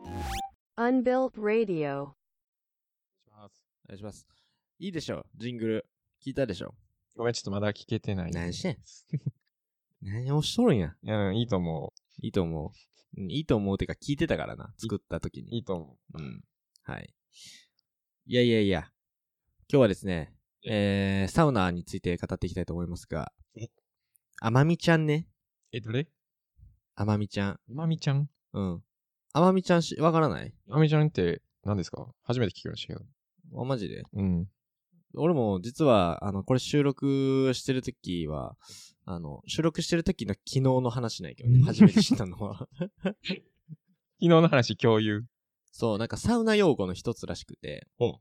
Unbuilt Radio. お願いします。お願いします。いいでしょうジングル。聞いたでしょごめん、ちょっとまだ聞けて ない。何してん何押しとるんや。いや、うんいいと思いいと思う。うんいいと思うてか聞いてたからな。作ったう。時いに。いと思うん。はい。いやいやいや。今日はですね、えー、サウナーについて語っていきたいと思いますがえ、あまみちゃんね。う。え、どれあまみちゃん。まみちゃんうん。あまみちゃんし、わからないまみちゃんって何ですか初めて聞きましたけど。あ、マジでうん。俺も実は、あの、これ収録してる時は、あの、収録してる時の昨日の話ないけど ね、初めて知ったのは。昨日の話共有。そう、なんかサウナ用語の一つらしくて、おう。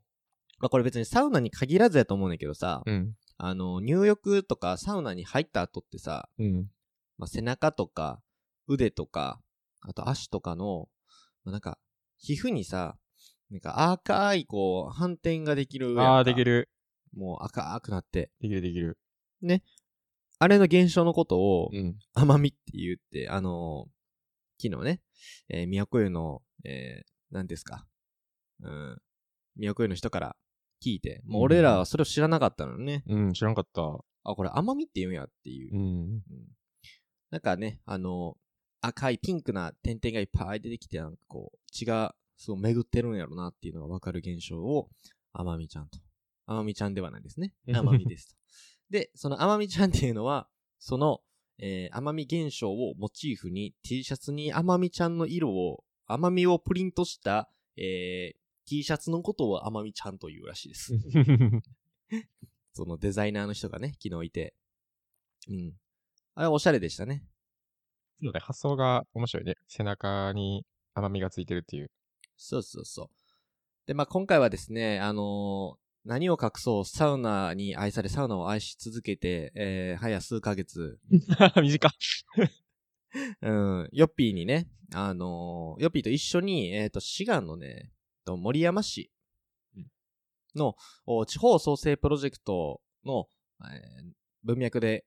まあこれ別にサウナに限らずやと思うねんだけどさ、ん。あの、入浴とかサウナに入った後ってさ、うん。まあ、背中とか腕とか、あと足とかの、まあ、なんか、皮膚にさ、なんか赤いこう、斑点ができるやんかああ、でき。る。もう赤くなって。できる、できる。あれの現象のことを、ん。甘みって言って、あのー昨日ね、えー、都湯の、えー、何ですか、うん、都湯の人から聞いて、もう俺らはそれを知らなかったのね。うん、知らんかった。あ、これ甘みって言うんやっていう。ん。 うんなんかね、あの赤いピンクな点々がいっぱい出てきて、なんかこう、血がそう巡ってるんやろなっていうのがわかる現象を、甘みちゃんと。甘みちゃんではないです ね。甘みですと。で、その甘みちゃんっていうのは、その、えー、甘み現象をモチーフに T シャツに甘みちゃんの色を、甘みをプリントした、えー、T シャツのことを甘みちゃんというらしいです。そのデザイナーの人がね、昨日いて。うん。あれ、おしゃれでしたね。そうね発想が面白いね。背中に甘みがついてるって いう。そうそうそう。で、まあ、今回はですね、あのー何を隠そう、サウナに愛され、サウナを愛し続けて、えー、早数ヶ月、短っ。うん、ヨッピーにね、あのーヨッピーと一緒に、えっ、と、滋賀のね、と森山市の、お地方創生プロジェクトの、えー文脈で、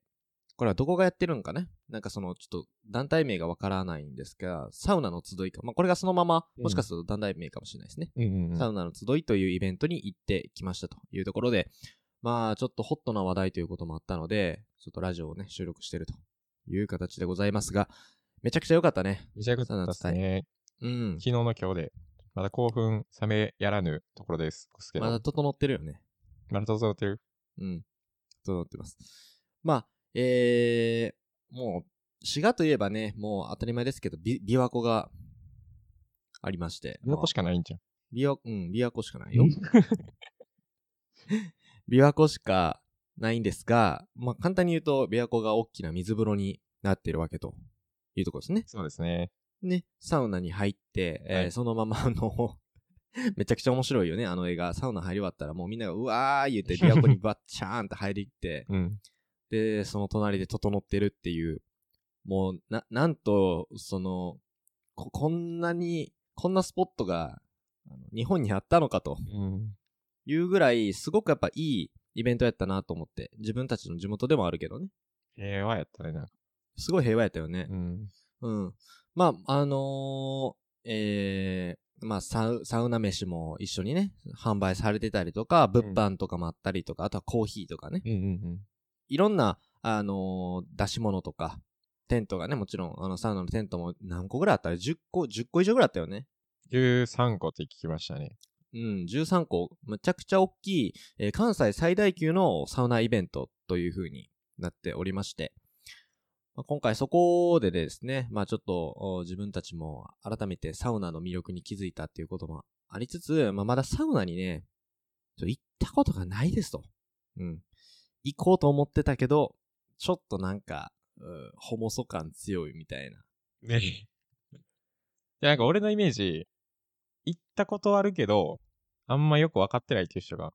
これはどこがやってるんかねなんかその、ちょっと団体名がわからないんですが、サウナの集いか。まあ、これがそのまま、もしかすると団体名かもしれないですね。うんサウナの集いというイベントに行ってきましたというところで、まあ、ちょっとホットな話題ということもあったので、ちょっとラジオをね、収録してるという形でございますが、めちゃくちゃ良かったね。めちゃくちゃだったですね。うん昨。日の今日で。まだ興奮冷めやらぬところです。コスケのまだ整ってるよね。まだ整ってる。うん。整ってます。まあ、えー、もう、滋賀といえばね、もう当たり前ですけど、び琵琶湖がありまして。残しかないんじゃん。琵琶、うん、琵琶湖しかないよ。 琵琶湖しかないんですが、まあ、簡単に言うと、琵琶湖が大きな水風呂になっているわけというところですね。そうですね。ね、サウナに入って、えーはいそのまま、あの、 めちゃくちゃ面白いよね、あの映画。サウナ入り終わったら、もうみんなが、うわー言 って、琵琶湖にバッチャーンって入りって、うん。で、その隣で整ってるっていう、もう、な、なんと、その、こ、こんなに、こんなスポットが、あの日本にあったのかと。うん。いうぐらい、すごくやっぱいいイベントやったなと思って。自分たちの地元でもあるけどね。平和やったね、なんか。すごい平和やったよねう。ん。うん。まあ、あのー、えー、まあサウ、サウナ飯も一緒にね、販売されてたりとか、物販とかもあったりとか、あとはコーヒーとかね。うんうんいろんな、あのー出し物とか、テントがね、もちろん、あの、サウナのテントも何個ぐらいあったら ?10 個、10個以上ぐらいあったよね。うん。13個って聞きましたね。うん、13個、むちゃくちゃ大きい、えー関西最大級のサウナイベントという風になっておりまして、まあ、今回そこでですね、まあちょっとお自分たちも改めてサウナの魅力に気づいたっていうこともありつつ、まあまだサウナにね、ちょっと行ったことがないですと。うん。行こうと思ってたけど、ちょっとなんか、うん、ホモソ感強いみたいな。ね。で、なんか俺のイメージ、行ったことあるけど、あんまよく分かってないっていう人が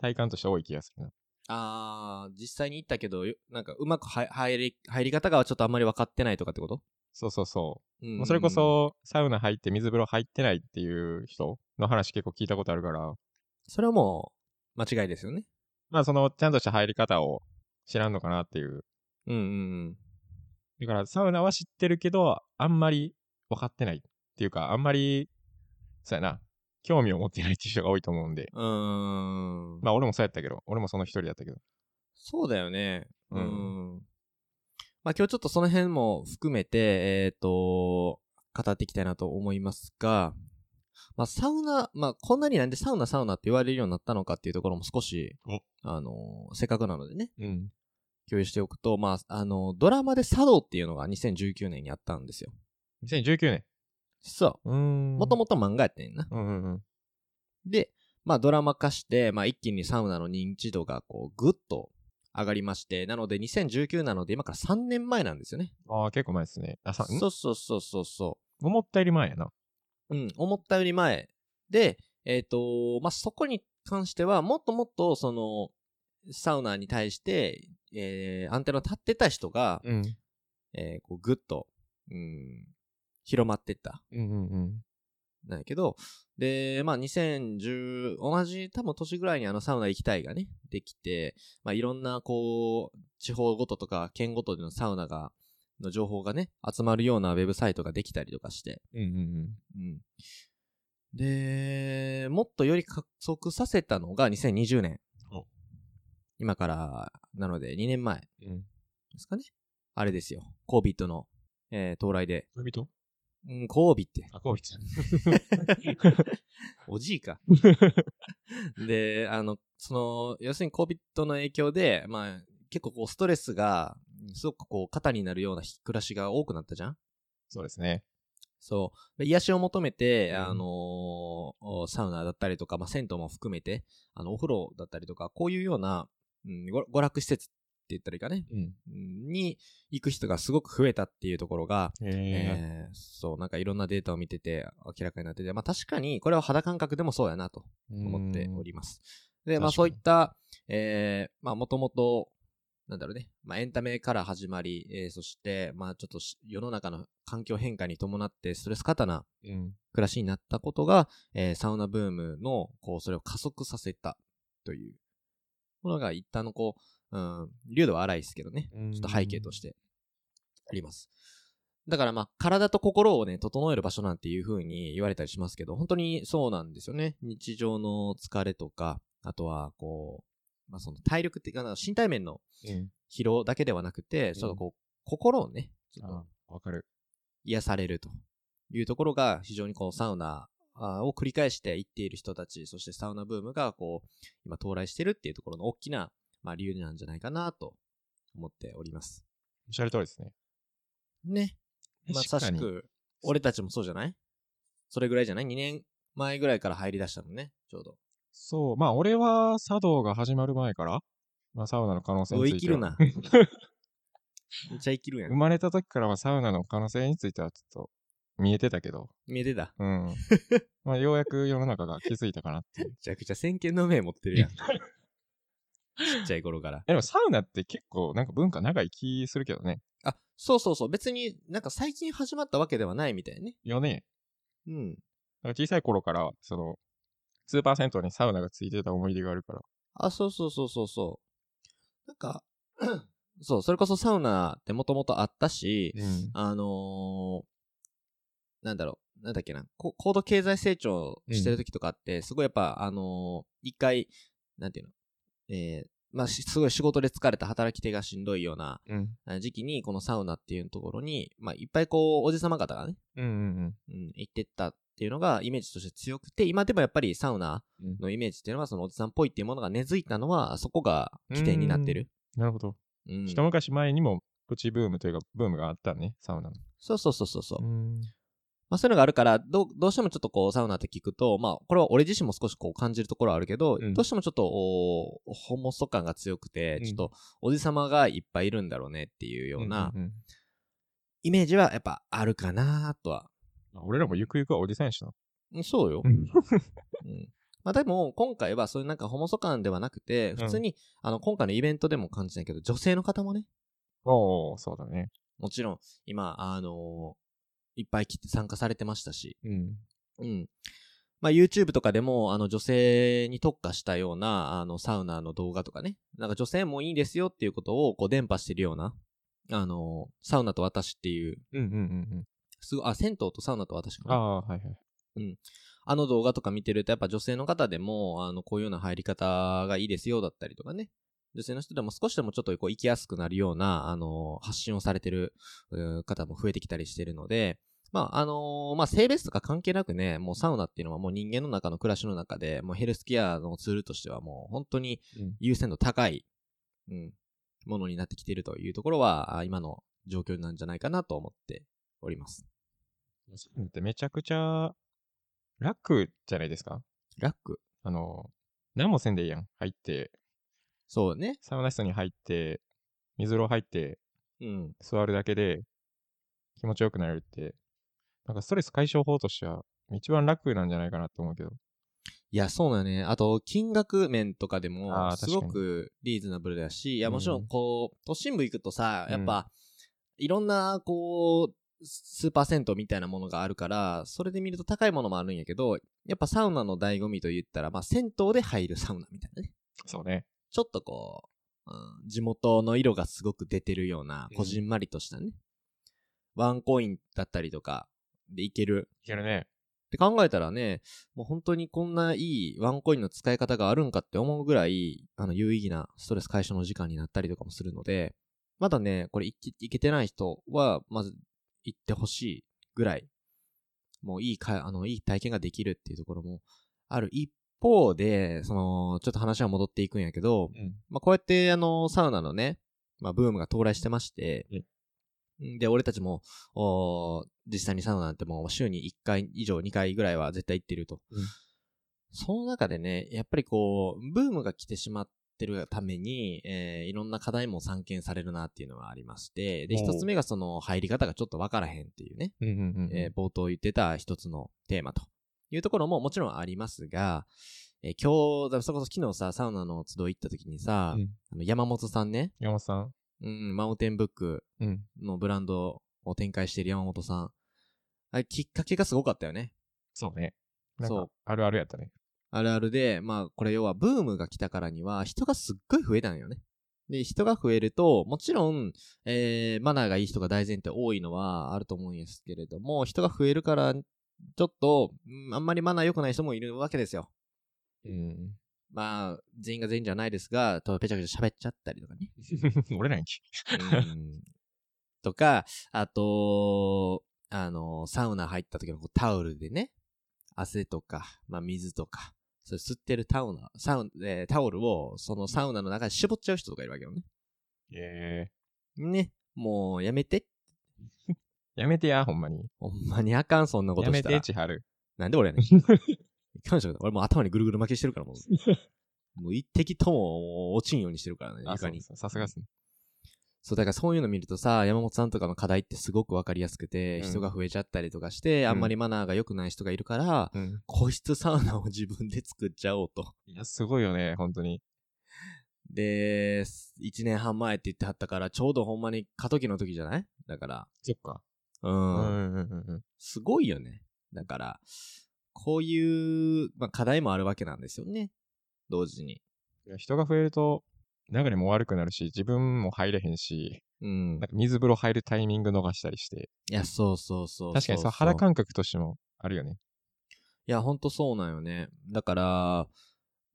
体感として多い気がするな。あー、実際に行ったけど、よなんかうまくは入り、入り方がちょっとあんまり分かってないとかってことそうそうそうんうう。んもうそれこ、そ、サウナ入って水風呂入ってないっていう人の話結構聞いたことあるから、それはもう、間違いですよね。まあその、ちゃんとした入り方を知らんのかなっていう。うんうんうん。だからサウナは知ってるけど、あんまり分かってないっていうか、あんまり、そうやな、興味を持ってないっていう人が多いと思うんで、うーん。まあ俺もそうやったけど、俺もその一人だったけど。そうだよね。う。うんまあ今日ちょっとその辺も含めて、えっ、と、語っていきたいなと思いますが、まあサウナ、まあこんなになんでサウナサウナって言われるようになったのかっていうところも少しお、あのせっかくなのでね、うん。共有しておくと、まああのドラマで茶道っていうのが2019年にあったんですよ。 2019年。実は、うーん。もともと漫画やってんな。うんうんうん。で、まあドラマ化して、まあ一気にサウナの認知度がこうぐっと上がりまして、なので2019なので今から3年前なんですよね。ああ、結構前ですね。あ、さ、んそうそうそうそうそ思ったより前やな。う。うん、思ったより前。で、えっ、と、まあそこに関してはもっともっとその、サウナに対して、えーアンテナ立ってた人が、うん。えーこうぐっと、うん、広まってった。うんうんうん。なんやけど、で、まあ、2010、同じ多分年ぐらいにあのサウナ行きたいがね、できて、まあ、いろんなこう、地方ごととか県ごとでのサウナが、の情報がね、集まるようなウェブサイトができたりとかして、うんうんうん。で、もっとより加速させたのが2020年お。今から、なので2年前でうん。うん。すかね。あれですよ。COVID の、えー到来で。恋人うん、COVID って。あ、恋人。おじいか。で、あの、その、要するに COVID の影響で、まあ、結構こう、ストレスが、すごくこう、肩になるような暮らしが多くなったじゃん そうですね。そう。で癒しを求めて、うんあのーおサウナだったりとか、まあ、銭湯も含めて、あの、お風呂だったりとか、こういうような、うん、ご娯楽施設って言ったらいいかね、うん。うんに行く人がすごく増えたっていうところが、へえ。えーそう、なんかいろんなデータを見てて明らかになってて、まあ確かにこれは肌感覚でもそうやなと思っております。で、まあ確かそうにいった、えーまあもともと、なんだろうね、まあエンタメから始まり、えーそして、まあちょっとし世の中の環境変化に伴ってストレス過多なうん。暮らしになったことが、えーサウナブームの、こう、それを加速させたというものが一旦のこう、うん、流度は荒いですけどね、うんちょっと背景としてあります。だからまあ、体と心をね、整える場所なんていう風に言われたりしますけど、本当にそうなんですよね。日常の疲れとか、あとはこう、まあその体力っていうかな、身体面のうん。疲労だけではなくて、ちょっとこう、心をね、ちょっとあーわかる。癒されるというところが非常にこうサウナあーを繰り返していっている人たち、そしてサウナブームがこう今到来してるっていうところの大きな、まあ、理由なんじゃないかなと思っております。おっしゃる通りですね。ね。まさ確しかに。く、俺たちもそうじゃないそれぐらいじゃない ?2 年前ぐらいから入り出したのね、ちょうど。そう。まあ俺は茶道が始まる前から、まあサウナの可能性におついいては。生きるな。 めっちゃ生きるや生ん。まれた時からはサウナの可能性についてはちょっと見えてたけど、見えてた。 うん。まあようやく世の中が気づいたかなっていう。めちゃくちゃ先見の明持ってる やん。ちっちゃい頃から。えでもサウナって結構なんか文化長い気するけどね。あ、そうそうそう。別になんか最近始まったわけではないみたいね。 4年。うん。なんか小さい頃から、その、スーパー銭湯にサウナがついてた思い出があるから。あ、そうそうそうそうそう。なんか、 そう、それこそサウナってもともとあったし、うん。あのーなんだろう、なんだっけな、こ高度経済成長してる時とかって、すごいやっぱ、あのー一回、なんていうの、えーまあ、しすごい仕事で疲れた働き手がしんどいようなうん。あ時期に、このサウナっていうところに、まあ、いっぱいこう、おじさま方がね、うんうんうん、行ってったっていうのがイメージとして強くて、今でもやっぱりサウナのイメージっていうのは、そのおじさんっぽいっていうものが根付いたのは、そこが起点になってる。なるほど。うん一昔前にもプチブームというか、ブームがあったね、サウナの。そうそうそうそうそう。ん。まあそういうのがあるから、どう、どうしてもちょっとこう、サウナって聞くと、まあ、これは俺自身も少しこう感じるところはあるけど、うんどうしてもちょっと、おー、ホモソ感が強くて、うんちょっと、おじさまがいっぱいいるんだろうねっていうような、んんんイメージはやっぱあるかなとは。まあ俺らもゆくゆくはおじさんやしな。うんそうよ。ん。うん。まあでも、今回はそういうなんかホモソ感ではなくて、普通に、あの、今回のイベントでも感じたけど、女性の方もね、 おおそうだね。もちろん、今、あのーいっぱい来て参加されてましたし、うん。うん。まあ、YouTube とかでも、あの、女性に特化したような、あの、サウナの動画とかね。なんか女性もいいですよっていうことを、こう、伝播してるような、あの、サウナと私っていう、うんうんうんうん。すごいあ、銭湯とサウナと私かあな。あ、はいはい。あの動画とか見てると、やっぱ女性の方でも、あの、こういうような入り方がいいですよだったりとかね。女性の人でも少しでもちょっとこう、生きやすくなるような、あの、発信をされてるうー方も増えてきたりしてるので、まあ、あのまあ、性別とか関係なくね、もうサウナっていうのはもう人間の中の暮らしの中で、もうヘルスケアのツールとしてはもう本当にうん優先度高い、うん、ものになってきているというところは、あ今の状況なんじゃないかなと思っております。サウナってめちゃくちゃ楽じゃないですかラックあの、何もせんでいいやん。入って、そうね。サウナ室に入って、水風呂入って、うん。座るだけで気持ちよくなれるって、なんかストレス解消法としては一番楽なんじゃないかなと思うけど。いや、そうだね。あと、金額面とかでも、あーすごくリーズナブルだし、いや、もちろうんん、こう、都心部行くとさ、うんやっぱ、いろんな、こう、スーパー銭湯みたいなものがあるから、それで見ると高いものもあるんやけど、やっぱサウナの醍醐味と言ったら、まあ、銭湯で入るサウナみたいなね。そうね。ちょっとこう、うん地元の色がすごく出てるようなう、んこじんまりとしたね、ワンコインだったりとか、で行けるいけるね。って考えたらね、もう本当にこんないいワンコインの使い方があるんかって思うぐらい、あの、有意義なストレス解消の時間になったりとかもするので、まだね、これいけいけてない人は、まず行ってほしいぐらい、もういいか、あの、いい体験ができるっていうところもある一方で、その、ちょっと話は戻っていくんやけど、うん。まあ、こうやって、あの、サウナのね、まあ、ブームが到来してまして、で、俺たちも、おー実際にサウナなんてもう週に1回以上2回ぐらいは絶対行ってると。うんその中でね、やっぱりこう、ブームが来てしまってるがために、えーいろんな課題も散見されるなっていうのはありまして、で、おう一つ目がその入り方がちょっとわからへんっていうね。うんうんうんうん。えー冒頭言ってた一つのテーマというところももちろんありますが、えー今日、だそれこそ昨日さ、サウナの集い行った時にさ、うんあの山本さんね、山本さん。うん、マウンテンブックうん。のブランドを展開している山本さん。あれきっかけがすごかったよね。そうね。なんそかう、あるあるやったね。あるあるで、まあこれ要はブームが来たからには人がすっごい増えたんよね。で、人が増えると、もちろん、えー、マナーがいい人が大前提多いのはあると思うんですけれども、人が増えるから、ちょっと、うんあんまりマナー良くない人もいるわけですよ。うん。まあ、全員が全員じゃないですが、とペチャペチャ喋っちゃったりとかね。 俺らにき。うんとか、あと、あの、サウナ入った時のこうタオルでね、汗とか、まあ、水とか、それ吸ってるタオナサウナ、えータオルを、そのサウナの中に絞っちゃう人とかいるわけよね。えね、もうやめて。ー。やめてや、ほんまに。ほんまにあかん、そんなこやとめしたて、ら。千 春。なんで俺や ねん。いかんしょ俺もう頭にぐるぐる負けしてるから、もう。もう一滴とも落ちんようにしてるからね、あ、そ床うに。そうさすがっすね。そう、だからそういうの見るとさ、山本さんとかの課題ってすごくわかりやすくて、うん人が増えちゃったりとかして、あんまりマナーが良くない人がいるから、うん。個室サウナを自分で作っちゃおうと。いや、すごいよね、本当に。で、1年半前って言ってはったから、ちょうどほんまに過渡期の時じゃないだから、そっか。ううんん、うんうんうん。すごいよね。だから、こういう、まあ、課題もあるわけなんですよね。同時に。いや人が増えると、流れも悪くなるし、自分も入れへんし、うんなん。か水風呂入るタイミング逃したりして、いや、そうそうそうそう確かにその肌感覚としてもあるよね。いや、ほんとそうなんよね。だから、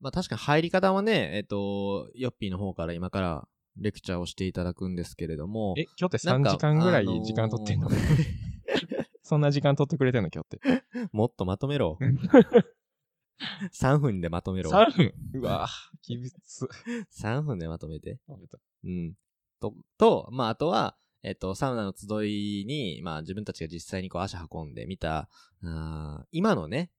まあ確かに入り方はね、えっ、と、ヨッピーの方から今からレクチャーをしていただくんですけれども、え、今日ってなん3か時間ぐらいあのー時間取ってんの、 そんな時間取ってくれてんの今日って。もっとまとめろ。3分でまとめろ。 3分 うわぁ、きびつ。 3分でまとめて。うん。と、と、まあ、あとは、えっと、サウナの集いに、まあ、自分たちが実際にこう足運んでみた、あー今のね、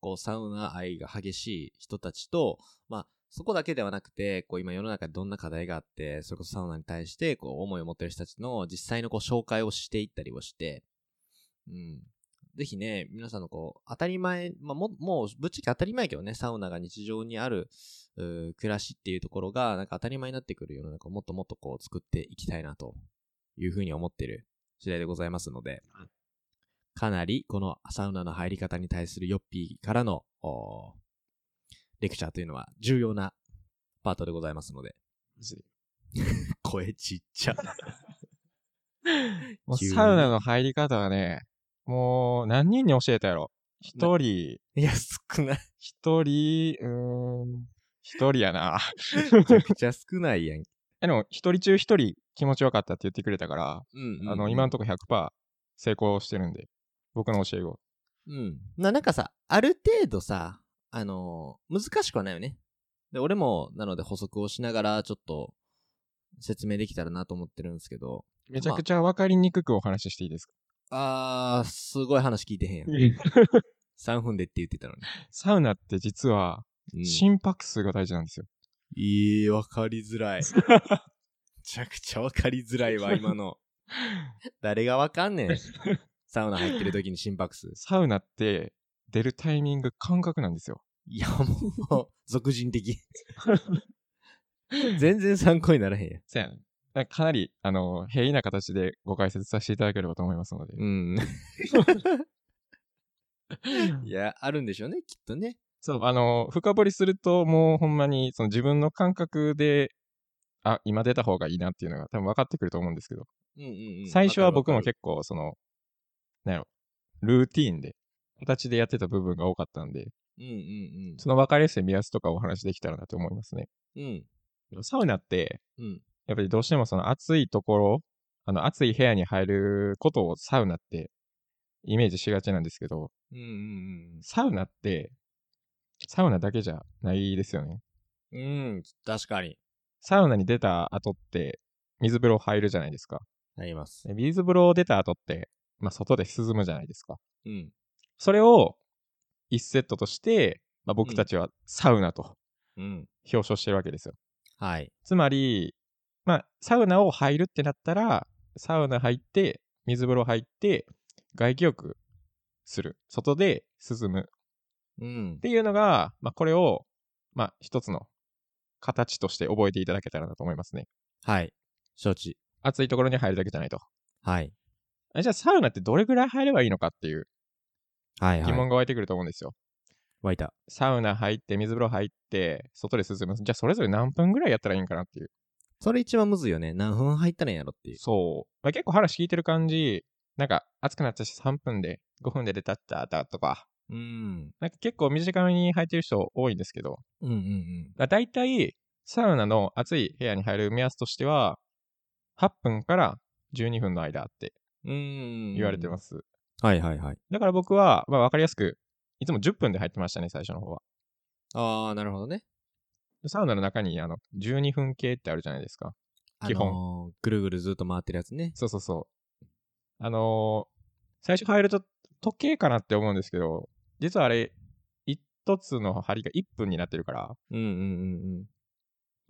こう、サウナ愛が激しい人たちと、まあ、そこだけではなくて、こう、今世の中でどんな課題があって、それこそサウナに対して、こう、思いを持ってる人たちの実際のこう、紹介をしていったりをして、うん。ぜひね、皆さんのこう、当たり前、まあ、も、もう、ぶっちゃけ当たり前やけどね、サウナが日常にある、うー暮らしっていうところが、なんか当たり前になってくる世の中をもっともっとこう作っていきたいなというふうに思ってる次第でございますので、かなりこのサウナの入り方に対するヨッピーからの、おーレクチャーというのは重要な パートでございますので、声ちっちゃ。もう急にサウナの入り方はね、もう何人に教えたやろ一人、いや、少ない。一人、うーん、一人やな。めちゃくちゃ少ないやん。 えでも、一人中一人気持ちよかったって言ってくれたから、うん、あの、今のとこ100%成功してるんで、僕の教え子。うん。な、なんかさ、ある程度さ、あのー難しくはないよね。で、俺も、なので補足をしながら、ちょっと、説明できたらなと思ってるんですけど。めちゃくちゃ分かりにくくお話ししていいですか、あー、すごい話聞いてへんやん。3分でって言ってたのサウナって実は、に。心拍数が大事なんですよ。いい、わかりづらい。めちゃくちゃわかりづらい わ、今の。誰がわかんねん。サウナ入ってる時に心拍数。サウナって、出るタイミング感覚なんですよ。いや、もう、俗人 的。全然参考にならへんや。そうやね。なんかかなり、あの、平易な形でご解説させていただければと思いますので。うん。いや、あるんでしょうね、きっとね。そう、あの、深掘りすると、もうほんまに、その自分の感覚で、あ、今出た方がいいなっていうのが多分分かってくると思うんですけど、うんうんうん。最初は僕もわかる結構、その、なんやろ、ルーティーンで、形でやってた部分が多かったんで、わかるうんその分かりやすい目安とかお話できたらなと思いますね。うんうん。サウナって、うん。うん。やっぱりどうしてもその暑いところ、あの暑い部屋に入ることをサウナってイメージしがちなんですけど、うんうんサウナって、サウナだけじゃないですよね。うん。うん、確かに。サウナに出た後って、水風呂入るじゃないですか。なります。で水風呂を出た後って、まあ、外で涼むじゃないですか。うん。それを1セットとして、まあ、僕たちはサウナとうん。表彰してるわけですよ。はい。つまり、まあ、サウナを入るってなったら、サウナ入って、水風呂入って、外気浴する。外で涼む。っうん。ていうのが、まあ、これを、まあ、一つの形として覚えていただけたらなと思いますね。はい。承知。暑いところに入るだけじゃないと。はい。あじゃあ、サウナってどれぐらい入ればいいのかっていうは疑いは問い。が湧いてくると思うんですよ。湧いた。サウナ入って、水風呂入って、外で涼む。じゃあ、それぞれ何分ぐらいやったらいいんかなっていう。それ一番むずいよね。何分入ったらいいんやろっていう。そう。まあ、結構話聞いてる感じ、なんか暑くなったし3分で5分で出たっただとか、うん。なんか結構短めに入ってる人多いんですけど、うんうんだ大体サウナの暑い部屋に入る目安としては、8分から12分の間ってうん。うん。。言われてますす。はいはいはい。だから僕は、まあ、わかりやすく、いつも10分で入ってましたね、最初の方は。あー、なるほどね。サウナの中にあの12分計ってあるじゃないですか。あ基のー、ぐるぐるずっと回ってるやつね。そうそうそう。あのー最初入ると時計かなって思うんですけど、実はあれ、一つの針が1分になってるから、うんうん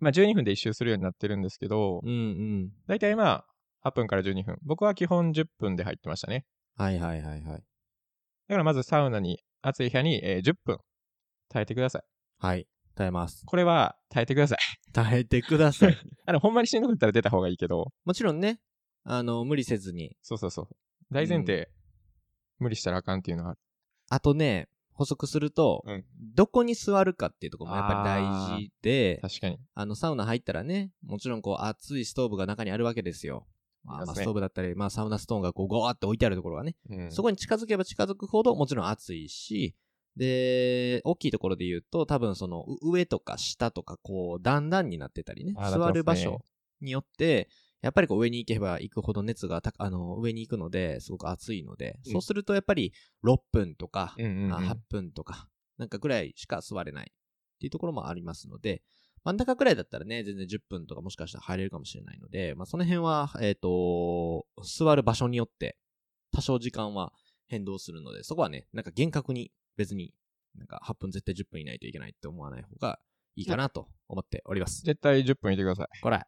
まあ12分で一周するようになってるんですけどうんうん。う、んうん。だいたいまあ8分から12分。僕は基本10分で入ってましたね。はいはいはいはい。だからまずサウナに、暑い部屋に、えー10分耐えてください。はい。耐えます。これは耐えてください。 耐えてください。あの、ほんまにしんどくなったら出た方がいいけど、もちろんね、あの、無理せずに。そうそうそう。大前提、無理したらあかんっていうのはある。あとね、補足すると、うんどこに座るかっていうところもやっぱり大事で、確かに。あの、サウナ入ったらね、もちろんこう、熱いストーブが中にあるわけですよ。まあ、ありままあすスねトーブだったり、まあ、サウナストーンがこう、ゴワーって置いてあるところがね、うんそこに近づけば近づくほど、もちろん熱いし、で、大きいところで言うと、多分その、う上とか下とか、こう、段々になってたりね、あなってます座ねる場所によって、やっぱりこう上に行けば行くほど熱がたあの上に行くので、すごく熱いので、うんそうするとやっぱり6分とか、うんうんうんあ8分とか、なんかぐらいしか座れないっていうところもありますので、真ん中くらいだったらね、全然10分とかもしかしたら入れるかもしれないので、まあその辺は、えっ、と、座る場所によって多少時間は変動するので、そこはね、なんか厳格に別になんか8分絶対10分いないといけないって思わない方がいいかなと思っております。絶対10分いてください。こら、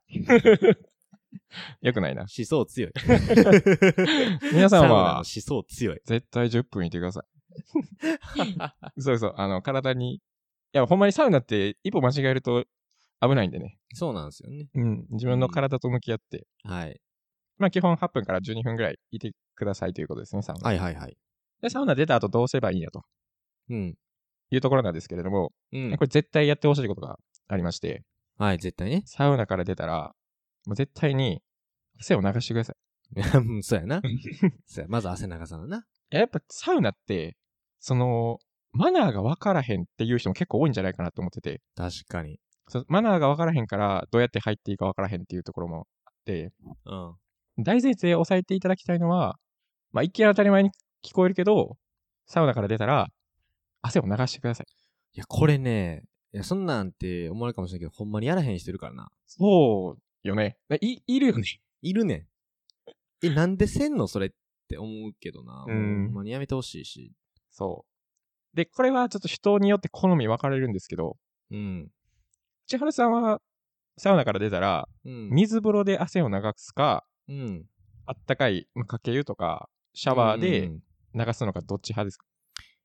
よくないな。思想強い。 皆さんはサウナの思想 強い。絶対10分いてください。そうそう。あの、体に。いや、ほんまにサウナって一歩間違えると危ないんでね。そうなんですよね。うん。自分の体と向き合って。はい。まあ、基本8分から12分ぐらいいてくださいということですね、サウナ。はいはいはい。で、サウナ出た後どうすればいいんやとうん。いうところなんですけれども、うんこ。れ絶対やってほしいことがありまして、はい、絶対ね。サウナから出たら、もう絶対に汗を流してください。 うんそうやな。そうやまず汗流さなな。やっぱサウナって、その、マナーが分からへんっていう人も結構多いんじゃないかなと思ってて、確かに。そマナーが分からへんから、どうやって入っていいか分からへんっていうところもあって、うん。大前提を押さえていただきたいのは、まあ、一見当たり前に聞こえるけど、サウナから出たら、汗を流してください。いや、これね、いや、そんなんって思われるかもしれんけど、ほんまにやらへんしてるからな。そうよね。い、いるよね。いるねん。え、なんでせんのそれって思うけどな。うんほんまにやめてほしいし。そう。で、これはちょっと人によって好み分かれるんですけど、うん。千春さんは、サウナから出たら、うん。水風呂で汗を流すか、うん。あったかい、まあ、かけ湯とか、シシャワーで流すのかどっち派 ですか、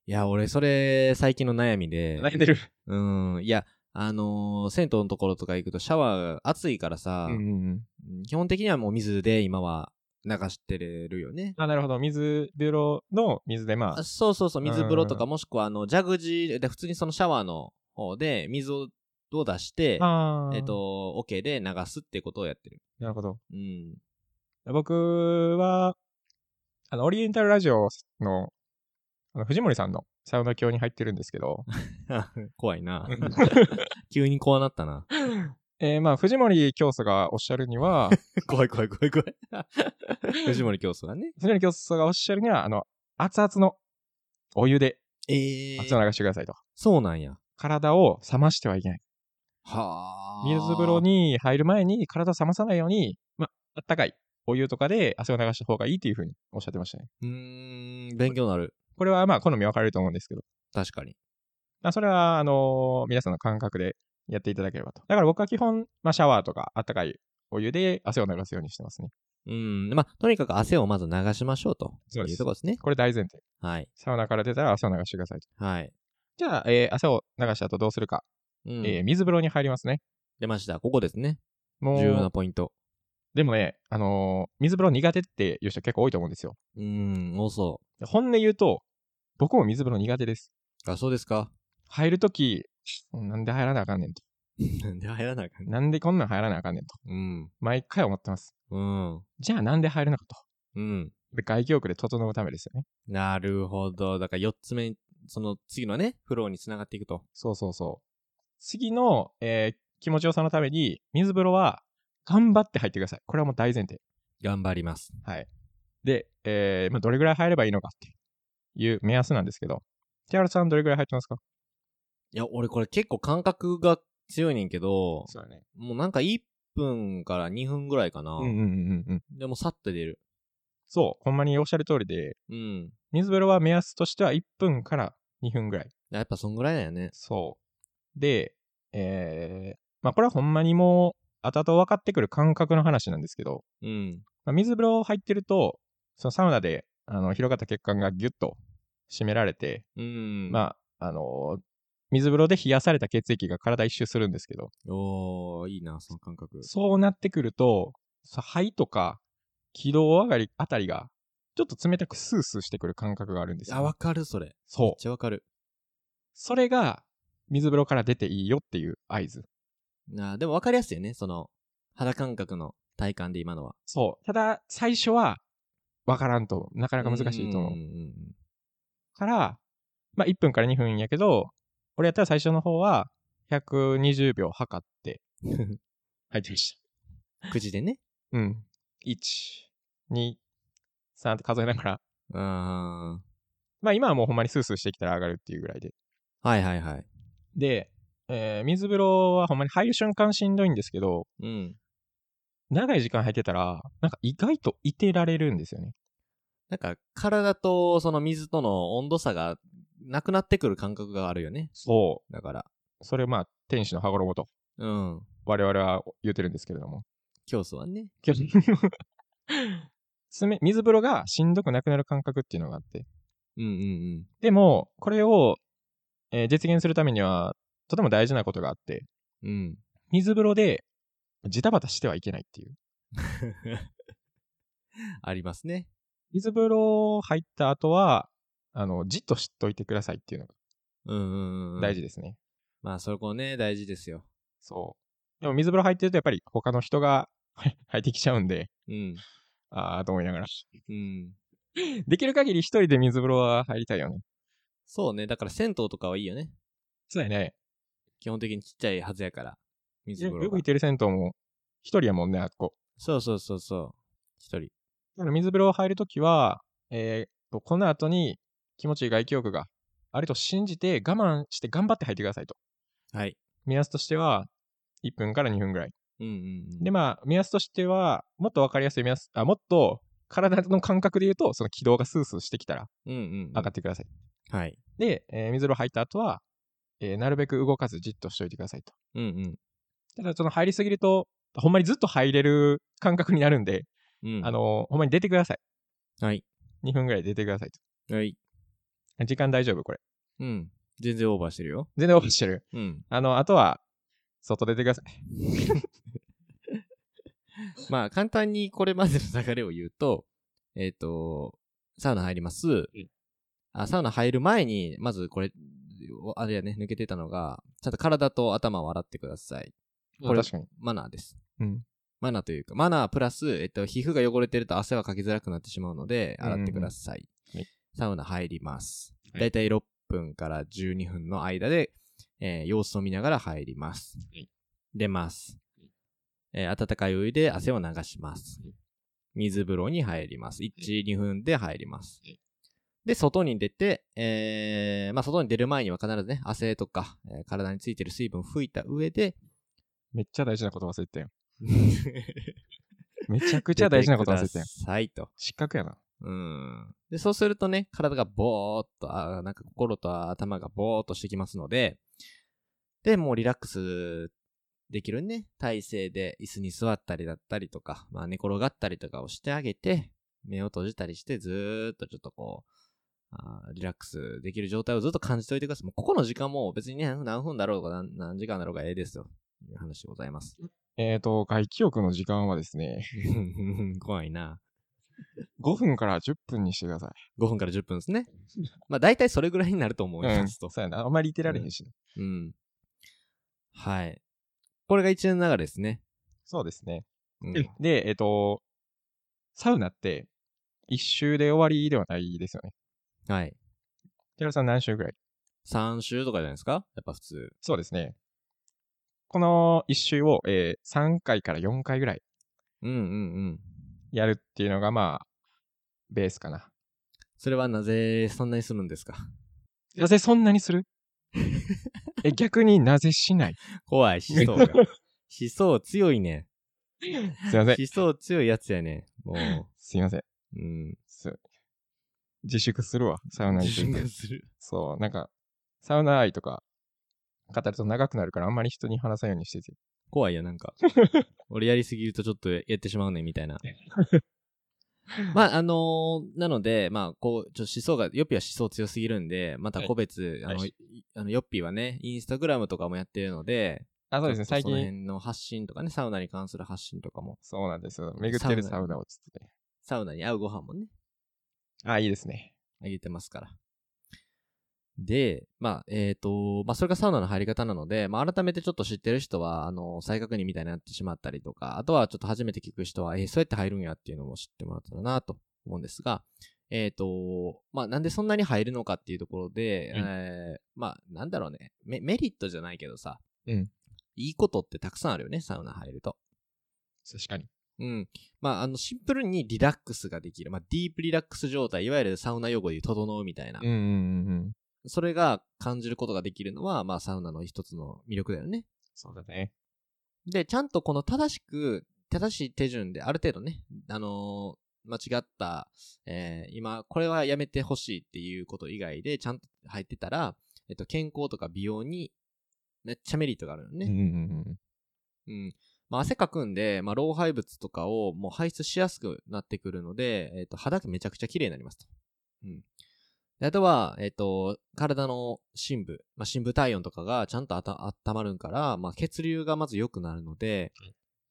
いや、俺、それ、最近の悩みで。んでる。うん。いや、あのー銭湯のところとか行くと、シャワー暑いからさ、うんうんうん。基本的にはもう水で今は流してるよね。あ、なるほど。水風呂の水で、まああ、そうそうそう、水風呂とかもしくは、あの、ジャグジーで、普通にそのシャワーの方で水をを出して、あーえっ、、と、オ、ケで流すってことをやってる。なるほど。うん。 僕は、あの、オリエンタルラジオの、あの藤森さんのサウナ教に入ってるんですけ ど、怖い な。急に怖なったな。えーまあ、藤森教祖がおっしゃるには、 怖い怖い怖い怖い。 藤森教祖がね。藤森教祖がおっしゃるには、あの、熱々のお湯でええ熱を流してくださいと。そうなんや。体を冷ましてはいけない。はあ。水風呂。に入る前に体を冷まさないように、まあ、あったかいお湯とかで汗を流した方がいいというふうにおっしゃってましたね。うーん、勉強になる。これはまあ、好み分かれると思うんですけど、確かに。まあ、それは、あのー皆さんの感覚でやっていただければと。だから僕は基本、まあ、シャワーとかあったかいお湯で汗を流すようにしてますね。うん。まあ、とにかく汗をまず流しましょうと。そうですいうとこですね。これ大前提。はい。サウナから出たら汗を流してくださいと。はい。じゃあ、えー汗を流した後どうするか。うんえー水風呂に入りますね。出ました。ここですね。も重要なう、ポイント。でもね、あのー水風呂苦手っていう人結構多いと思うんですよ。うん、多そ本音言うと、僕も水風呂苦手です。う。あ、そうですか。入るとき、なんで入らなあかんねんと。なんで入らなあかんねなんでこんなん入らなあかんねんと。うん。毎回思ってます。うん。じゃあなんで入れなかったと。うん。で外気浴で整うためですよね。なるほど。だから4つ目に、その次のね、フローにつながっていくと。そうそうそう。次の、えー気持ちよさのために、水風呂は頑張って入ってください。これはもう大前提。頑張ります。はい。で、えーまあ、どれぐらい入ればいいのかっていう目安なんですけど、千原さんどれぐらい入ってますかいや、俺これ結構感覚が強いねんけど、うだね。もうなんか1分から2分ぐらいかな。うんうんうんうん。でもさっと出る。そう、ほんまにおっしゃる通りで、うん。水風呂は目安としては1分から2分ぐらい。やっぱそんぐらいだよね。そう。で、えー、まあこれはほんまにもう、後々分かってくる感覚の話なんですけど、うん。まあ、水風呂入ってると、そのサウナであの広がった血管がギュッと締められて、うん。あ。まあ、あのー水風呂で冷やされた血液が体一周するんですけど、おー、いいな、その感覚。そうなってくると、そう肺とか気道上がりあたりが、ちょっと冷たくスースーしてくる感覚があるんですよあ、ね、わかる、それ。めっそう。ちゃわかる。それが、水風呂から出ていいよっていう合図。なあでもわかりやすいよね、その、肌感覚の体感で今のは。そう。ただ、最初は、わからんと、なかなか難しいと思う。んんんから、まあ、1分から2分やけど、俺やったら最初の方は、120秒測 って、入ってましうん。口 でね。た。うん。1、2、3って数えながら、うーん。まあ、今はもうほんまにスースーしてきたら上がるっていうぐらいで。はいはいはい。で、えー水風呂はほんまに入る瞬間しんどいんですけど、うん。長い時間入ってたら、なんか意外といてられるんですよね。なんか、体とその水との温度差がなくなってくる感覚があるよね。そだから。う。それをまあ、天使の羽衣とうん。我々は言ってるんですけれども。教祖はね。 つめ水風呂がしんどくなくなる感覚っていうのがあって。うんうんうん。でも、これを、えー実現するためには、とても大事なことがあって、うん。水風呂でジタバタしてはいけないっていう。ありますね。水風呂入った後は、あの、じっとしといてくださいっていうのうんうんうんうん。が大事。ですね。まあ、そこね、大事ですよ。 そう。でも水風呂入ってるとやっぱり他の人が入ってきちゃうんで、うん。ああ、と思いながら。うん。できる限り一人で水風呂は入りたいよね。そうね。だから銭湯とかはいいよね。そうやね。基本的にちっちゃいはずやから。水よ風呂くが行っ。てる銭湯も、一人やもんね、あっこ。そうそうそうそう。一人。だから水風呂入るときは、えー、と、この後に気持ちいい外気浴があると信じて、我慢して頑張って入ってくださいと。はい。目安としては、1分から2分ぐらい。うんうんうん。で、まあ、目安としては、もっとわかりやすい目安、あ、もっと体の感覚で言うと、その軌道がスースーしてきたらうんうん、う上んが。ってください。はい。で、えー水風呂入った後は、えーなるべく動かずじっとしておいてくださいと。うんうん。ただ、その入りすぎると、ほんまにずっと入れる感覚になるんで、うん、あ、のほんまに出てください。はい。 2分ぐらい出てくださいはい。と。時間大丈夫、これ。うん。全然オーバーしてるよ。全然オフしてる。うん。あの、あとは、外出てください。まあ、簡単にこれまでの流れを言うと、 えっ、と、サウナ入ります。あサウナ入る前に、まずこれ、あれやね、抜けてたのが、ちゃんと体と頭を洗ってください。これ確かに。マナーです。うん。マナーというか、マナープラス、えっと、皮膚が汚れてると汗はかきづらくなってしまうので、うんうんうん洗ってください。はいサウナ入ります。はいだいたい6分から12分の間で、えー様子を見ながら入ります。はい出ます。えー温かいお湯で汗を流しますはい。水風呂に入ります。1、2分で入りますはい。で、外に出て、えーまあ、外に出る前には必ずね、汗とか、えー体についてる水分を拭いた 上で、めっちゃ大事なこと忘れ てたよ。めちゃくちゃ大事なこと忘れてたよ。はいと。失格やな。うん。で、そうするとね、体がぼーっと、あーなんか心と頭がぼーっとしてきますので、で、もうリラックスできるね、体勢で椅子に座ったりだったりとか、まあ寝転がったりとかをしてあげて、目を閉じたりして、ずーっとちょっとこう、あーリラックスできる状態をずっと感じておいてください。もうここの時間も別にね、何分だろうが何何時間だろうがええですよ。いう話でござい ます。えっ、と、外気浴の時間はですね、怖いな。 5分から10分にしてください。 5分から10分ですね。まあ大体それぐらいになると思いますと。そうやな。あんまりいてられへんし、ねうん。はい。これが一連の流れですね。そうですね。うん。で、えっ、と、サウナって、一周で終わりではないですよね。はい。寺田さん何周ぐらい3週とかじゃないですかやっぱ普通。そうですね。この一周を、えー3回から4回ぐらいうんうんうん。やるっていうのが、まあ、ベースかな。それはなぜそんなにするんですか なぜそんなにするえ、逆になぜしない怖い、思想が。思想強いね。すいません。思想強いやつやね。もすいません。う、うん。す自粛するわ、サウナについて。する。そう、なんか、サウナ愛とか語ると長くなるから、あんまり人に話さないようにしてて。怖いよ、な んか。俺やりすぎるとちょっとやってしまうね、みたいな。まあ、あのーなので、まあ、こう、ちょっと思想が、ヨッピーは思想強すぎるんで、また個別、はいあの、はいいあのヨッピーはね、インスタグラムとかもやってるので、あ、そうですね、ちょ最っとその近。辺の発信とかね、サウナに関する発信とかも、そうなんですよ。巡ってるササウナウナをつってて。サウナに合うご飯もね、あ、いいですね。あげてますから。で、まあ、えっ、と、まあ、それがサウナの入り方なので、まあ、改めてちょっと知ってる人は、あの、再確認みたいになってしまったりとか、あとはちょっと初めて聞く人は、えーそうやって入るんやっていうのも知ってもらったらなと思うんですが、えっ、と、まあ、なんでそんなに入るのかっていうところで、うんえーまあ、なんだろうねメ、メリットじゃないけどさ、うんいいことってたくさんあるよね、サウナ入ると。確かに。うん。まあ、あの、シンプルにリラックスができる。まあ、ディープリラックス状態、いわゆるサウナ用語で言う、整うみたいな。うんうんうんうん。それが感じることができるのは、まあ、サウナの一つの魅力だよね。そうだね。で、ちゃんとこの正しく、正しい手順である程度ね、あのー間違った、えー今、これはやめてほしいっていうこと以外で、ちゃんと入ってたら、えっと、健康とか美容に、めっちゃメリットがあるようんうね。んうんうん。まあ、汗かくんで、まあ、老廃物とかをもう排出しやすくなってくるので、えっと、肌がめちゃくちゃ綺麗になりますと。うん。であとは、えっと、体の深部、まあ、深部体温とかがちゃんとあた温まるから、まあ、血流がまず良くなるので、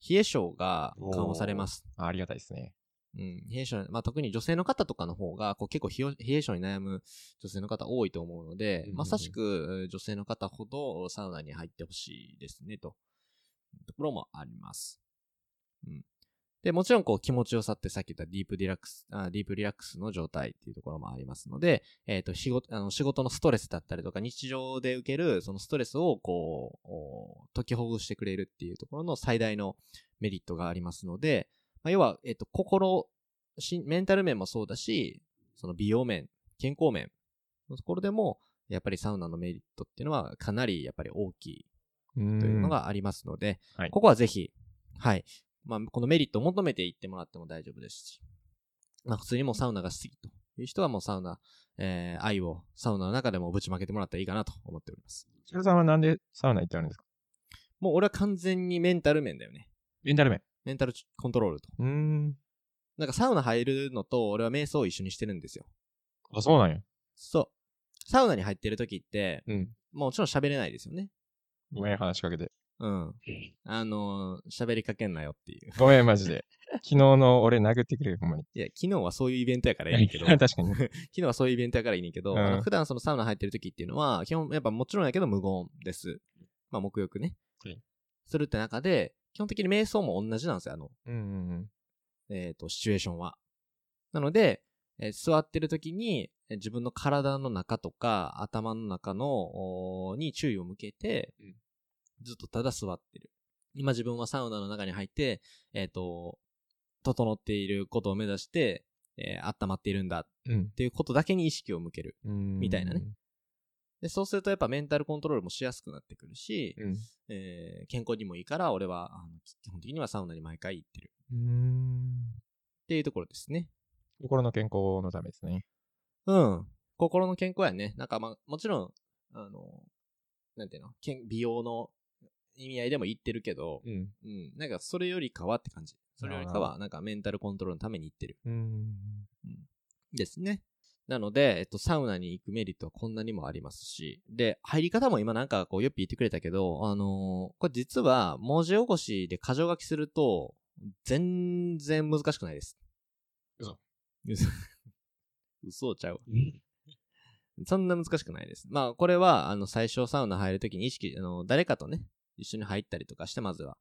冷え性が緩和されます。あ。ありがたいですね。うん、弊社、まあ、特に女性の方とかの方が、こう結構冷え冷え性に悩む女性の方多いと思うので、うんうんうんまさしくえー女性の方ほどサウナに入ってほしいですね、と。ところもあります。うん。で、もちろんこう気持ちよさってさっき言ったディープリラックス、あディープリラックスの状態っていうところもありますので、えっ、と、仕事、あの仕事のストレスだったりとか、日常で受けるそのストレスをこう、お解きほぐしてくれるっていうところの最大のメリットがありますので、まあ、要は、えっ、と、心、しメンタル面もそうだし、その美容面、健康面のところでも、やっぱりサウナのメリットっていうのはかなりやっぱり大きいとというの、がありますので、うんはいここはぜひ、はい。まあ、このメリットを求めていってもらっても大丈夫ですし、まあ、普通にもうサウナが好きという人はもうサウナ、えー愛をサウナの中でもぶちまけてもらったらいいかなと思っております。シロさんはなんでサウナ行ってあるんですかもう俺は完全にメンタル面だよね。メンタル面。メンタルコントロールと。うーん。なんかサウナ入るのと俺は瞑想を一緒にしてるんですよ。あ、そうなんや。そう。サウナに入ってる時って、うん。もちろん喋れないですよね。ごめん、話しかけて。うん。あのー喋りかけんなよっていう。ごめん、マジで。昨日の俺殴ってくれよ、ほんまに。いや、昨日はそういうイベントやからいい けど。確かに。昨日はそういうイベントやからいいねんけど、うんあの普段そのサウナ入ってる時っていうのは、基本、やっぱもちろんやけど無言です。まあ、沐浴ねはい。するって中で、基本的に瞑想も同じなんですよ、あの、うんうんうん。えっ、と、シチュエーションは。なので、えー座ってる時に、えー自分の体の中とか、頭の中の、おーに注意を向けて、ずっとただ座ってる。今自分はサウナの中に入って、えっ、と、整っていることを目指して、えー温まっているんだっうん。ていうことだけに意識を向ける。うんみたいなね。で、そうするとやっぱメンタルコントロールもしやすくなってくるし、うん。えー健康にもいいから、俺は、あの、基本的にはサウナに毎回行ってる。うーん。っていうところですね。心の健康のためですね。うん。心の健康やね。なんかまあ、もちろん、あの、なんていうの、健美容の意味合いでも言ってるけど、うん。うん。なんかそれよりかはって感じ。それよりかは、なんかメンタルコントロールのために行ってる。うん。ですね。なので、えっと、サウナに行くメリットはこんなにもありますし、で、入り方も今なんかこう、よっぴ言ってくれたけど、あのーこれ実は文字起こしで箇条書きすると、全然難しくないです。嘘。嘘。 嘘ちゃうわ。そんな難しくないです。まあ、これは、あの、最初サウナ入るときに意識、あの、誰かとね、一緒に入ったりとかして、まずは、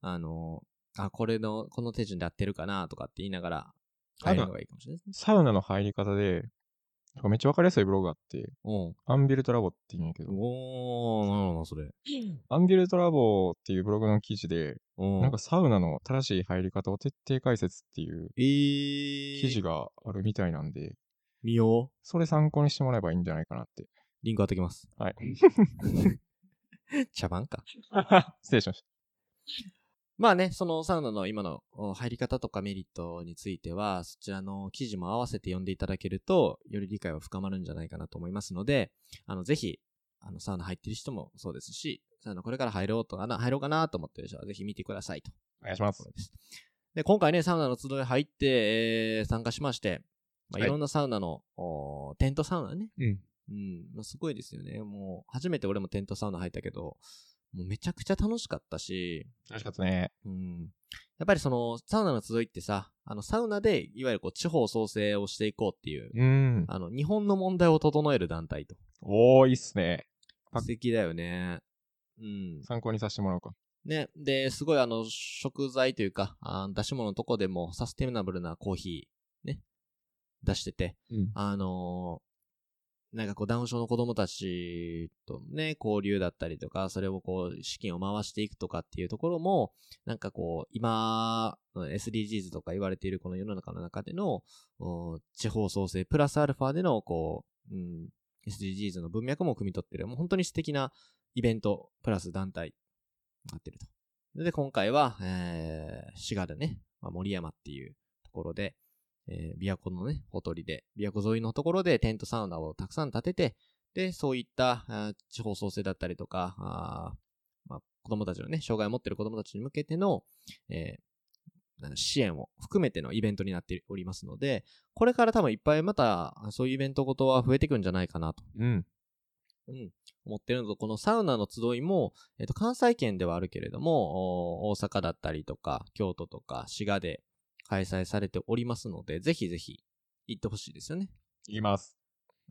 あのーあ、これの、この手順で合ってるかなとかって言いながら、入るのがいいかもしれないですね。サウナの入り方で、なんかめっちゃわかりやすいブログがあって、うん。アンビルトラボって言うんやけど、おー、なるほど、それ。アンビルトラボっていうブログの記事で、うん。なんかサウナの正しい入り方を徹底解説っていうえー、記事があるみたいなんで、見よう。それ参考にしてもらえばいいんじゃないかなって。リンク貼っときます。 はい。茶番か。失礼しましまあね、そのサウナの今のお入り方とかメリットについては、そちらの記事も合わせて読んでいただけると、より理解は深まるんじゃないかなと思いますので、あの、ぜひ、あの、サウナ入ってる人もそうですし、サウナこれから入ろうとかな、入ろうかなと思ってる人はぜひ見てくださいと。た。お願いしまとこす。ろです。で、今回ね、サウナの集い入って、えー参加しまして、まあ、はいいろんなサウナの、おーテントサウナね。うん。うん。まあ、すごいですよね。もう、初めて俺もテントサウナ入ったけど、もうめちゃくちゃ楽しかったし、楽しかったね。うん。やっぱりその、サウナの集いってさ、あの、サウナで、いわゆるこう、地方創生をしていこうっていう、うん。あの、日本の問題を整える団体と。おー、いいっすね。あ素敵だよね。うん。参考にさせてもらおうか。ね、で、すごいあの、食材というか、あー出し物のとこでもサステナブルなコーヒー、ね、出してて、うん。あのーなんかこう、ダウン症の子供たちとね、交流だったりとか、それをこう、資金を回していくとかっていうところも、なんかこう、今の SDGs とか言われているこの世の中の中での、お地方創生プラスアルファでの、こう、うん、SDGs の文脈も汲み取ってる、もう本当に素敵なイベント、プラス団体、なってると。で、今回は、えー、滋賀でね、まあ、森山っていうところで、えー、琵琶湖のね、ほとりで、琵琶湖沿いのところでテントサウナをたくさん建てて、で、そういった、あー地方創生だったりとか、あーまあ、子供たちのね、障害を持ってる子供たちに向けての、えーなんだ支援を含めてのイベントになっておりますので、これから多分いっぱいまた、そういうイベントごとは増えていくんじゃないかなとうん。うん、思ってるのと、このサウナの集いも、えっと、関西圏ではあるけれども、お大阪だったりとか、京都とか、滋賀で開催されておりますので、ぜひぜひ行ってほしいですよね。いきます。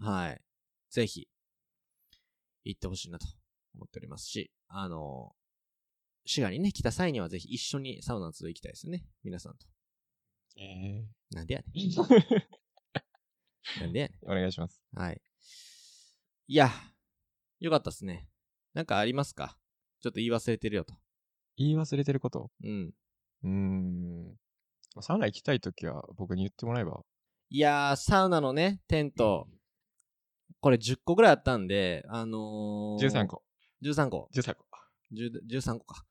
はい。ぜひ、行ってほしいなと思っておりますし、あの、滋賀にね、来た際にはぜひ一緒にサウナの集い行きたいですね。皆さんと。えなんでやねーん。なんでやね お願いします。ん。はい。いや、よかったっすね。なんかありますかちょっと言い忘れてるよと。言い忘れてることうん。うーん。サウナ行きたいときは僕に言ってもらえば。いやー、サウナのね、テント、これ10個ぐらいあったんで、あのー、 13。個。 13個。 13個。 10 13個か。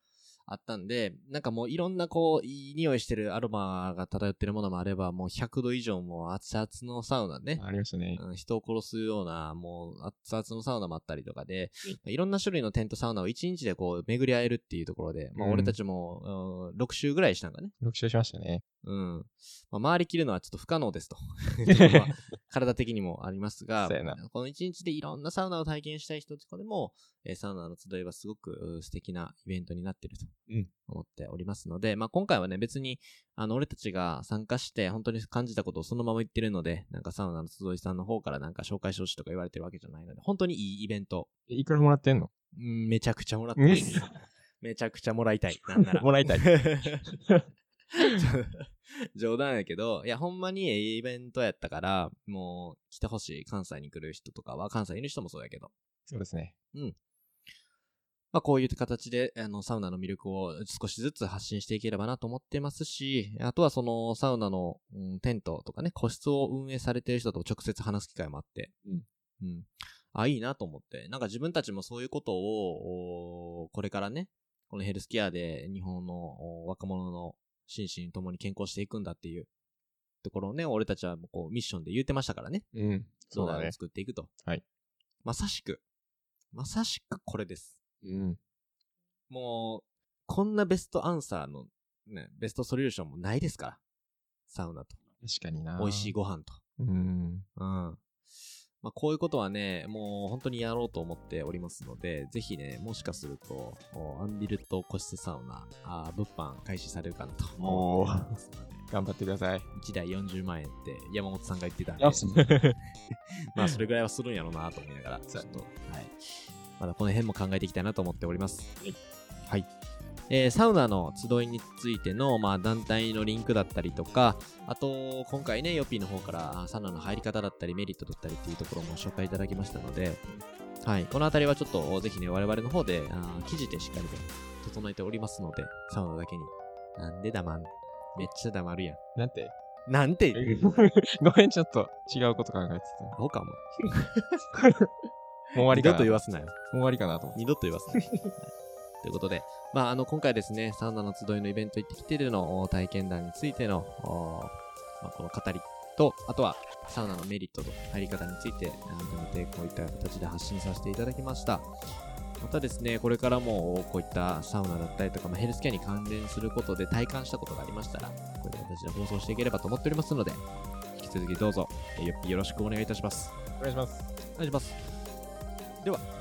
あったんで、なんかもういろんなこう、いい匂いしてるアロマが漂ってるものもあれば、もう100度以上もう熱々のサウナね。ありましたね。うん人を殺すような、もう、熱々のサウナもあったりとかで、いろんな種類のテントサウナを一日でこう、巡り合えるっていうところで、まあうん俺たちも、うん、6周ぐらいしたんかね。 6周しましたね。うん。まあ、回りきるのはちょっと不可能 ですと。 いうところは体的にもありますがそうやな、この一日でいろんなサウナを体験したい人とかでも、えーサウナの集いはすごくうー素敵なイベントになってるとうん思っておりますので、まあ、今回はね、別に、あの、俺たちが参加して本当に感じたことをそのまま言ってるので、なんかサウナの集いさんの方からなんか紹介してほしいとか言われてるわけじゃないので、本当にいいイベント、いくらもらってんのうんめちゃくちゃもらってます。めちゃくちゃもらいたい。なん なら。もらいたいちょ 冗談やけど、いや、ほんまにええイベントやったから、もう来てほしい。関西に来る人とかは、関西にいる人もそうやけど。そうですね。まあ、こういう形で、あの、サウナの魅力を少しずつ発信していければなと思ってますし、あとはその、サウナの、うんテントとかね、個室を運営されてる人と直接話す機会もあって、うん。うん。あ、いいなと思って。なんか自分たちもそういうことを、おこれからね、このヘルスケアで日本のお若者の心身ともに健康していくんだっていうところをね、俺たちはもうこうミッションで言ってましたからね。うん。そうだサウナねを。作っていくと。はい。まさしく、まさしくこれです。うん。もう、こんなベストアンサーの、ね、ベストソリューションもないですから。サウナと、確かにな。美味しいご飯と。うん。うん。まあ、こういうことはね、もう本当にやろうと思っておりますので、ぜひね、もしかすると、おアンビルと個室サウナ、あー物販開始されるかなと思っておりますので。頑張ってください。 1台40万円って山本さんが言ってたんでよ、しまあそれぐらいはするんやろうなと思いながら、ちょっと、はい。まだこの辺も考えていきたいなと思っております。はい。えーサウナの集いについての、まあ、団体のリンクだったりとか、あと、今回ね、ヨピーの方から、あサウナの入り方だったり、メリットだったりっていうところも紹介いただきましたので、はい。このあたりはちょっと、ぜひね、我々の方で、あー記事でしっかりと整えておりますので、サウナだけに。なんで黙んめっちゃ黙るや なんてん。なんて言う、ごめん、ちょっと違うこと考えて アホかも。た。もう終わり二かな。度と言もうわすなよ。終わりかなと思って。二度と言わせない。はいということで、まあ、あの、今回ですね、サウナの集いのイベント行ってきてるのお体験談についての、おまあ、この語りと、あとは、サウナのメリットと入り方について、改めてこういった形で発信させていただきました。またですね、これからもこういったサウナだったりとか、まあ、ヘルスケアに関連することで体感したことがありましたら、こういう形で放送していければと思っておりますので、引き続きどうぞ、えよよろしくお願いいたします。お願いします。お願いします。では、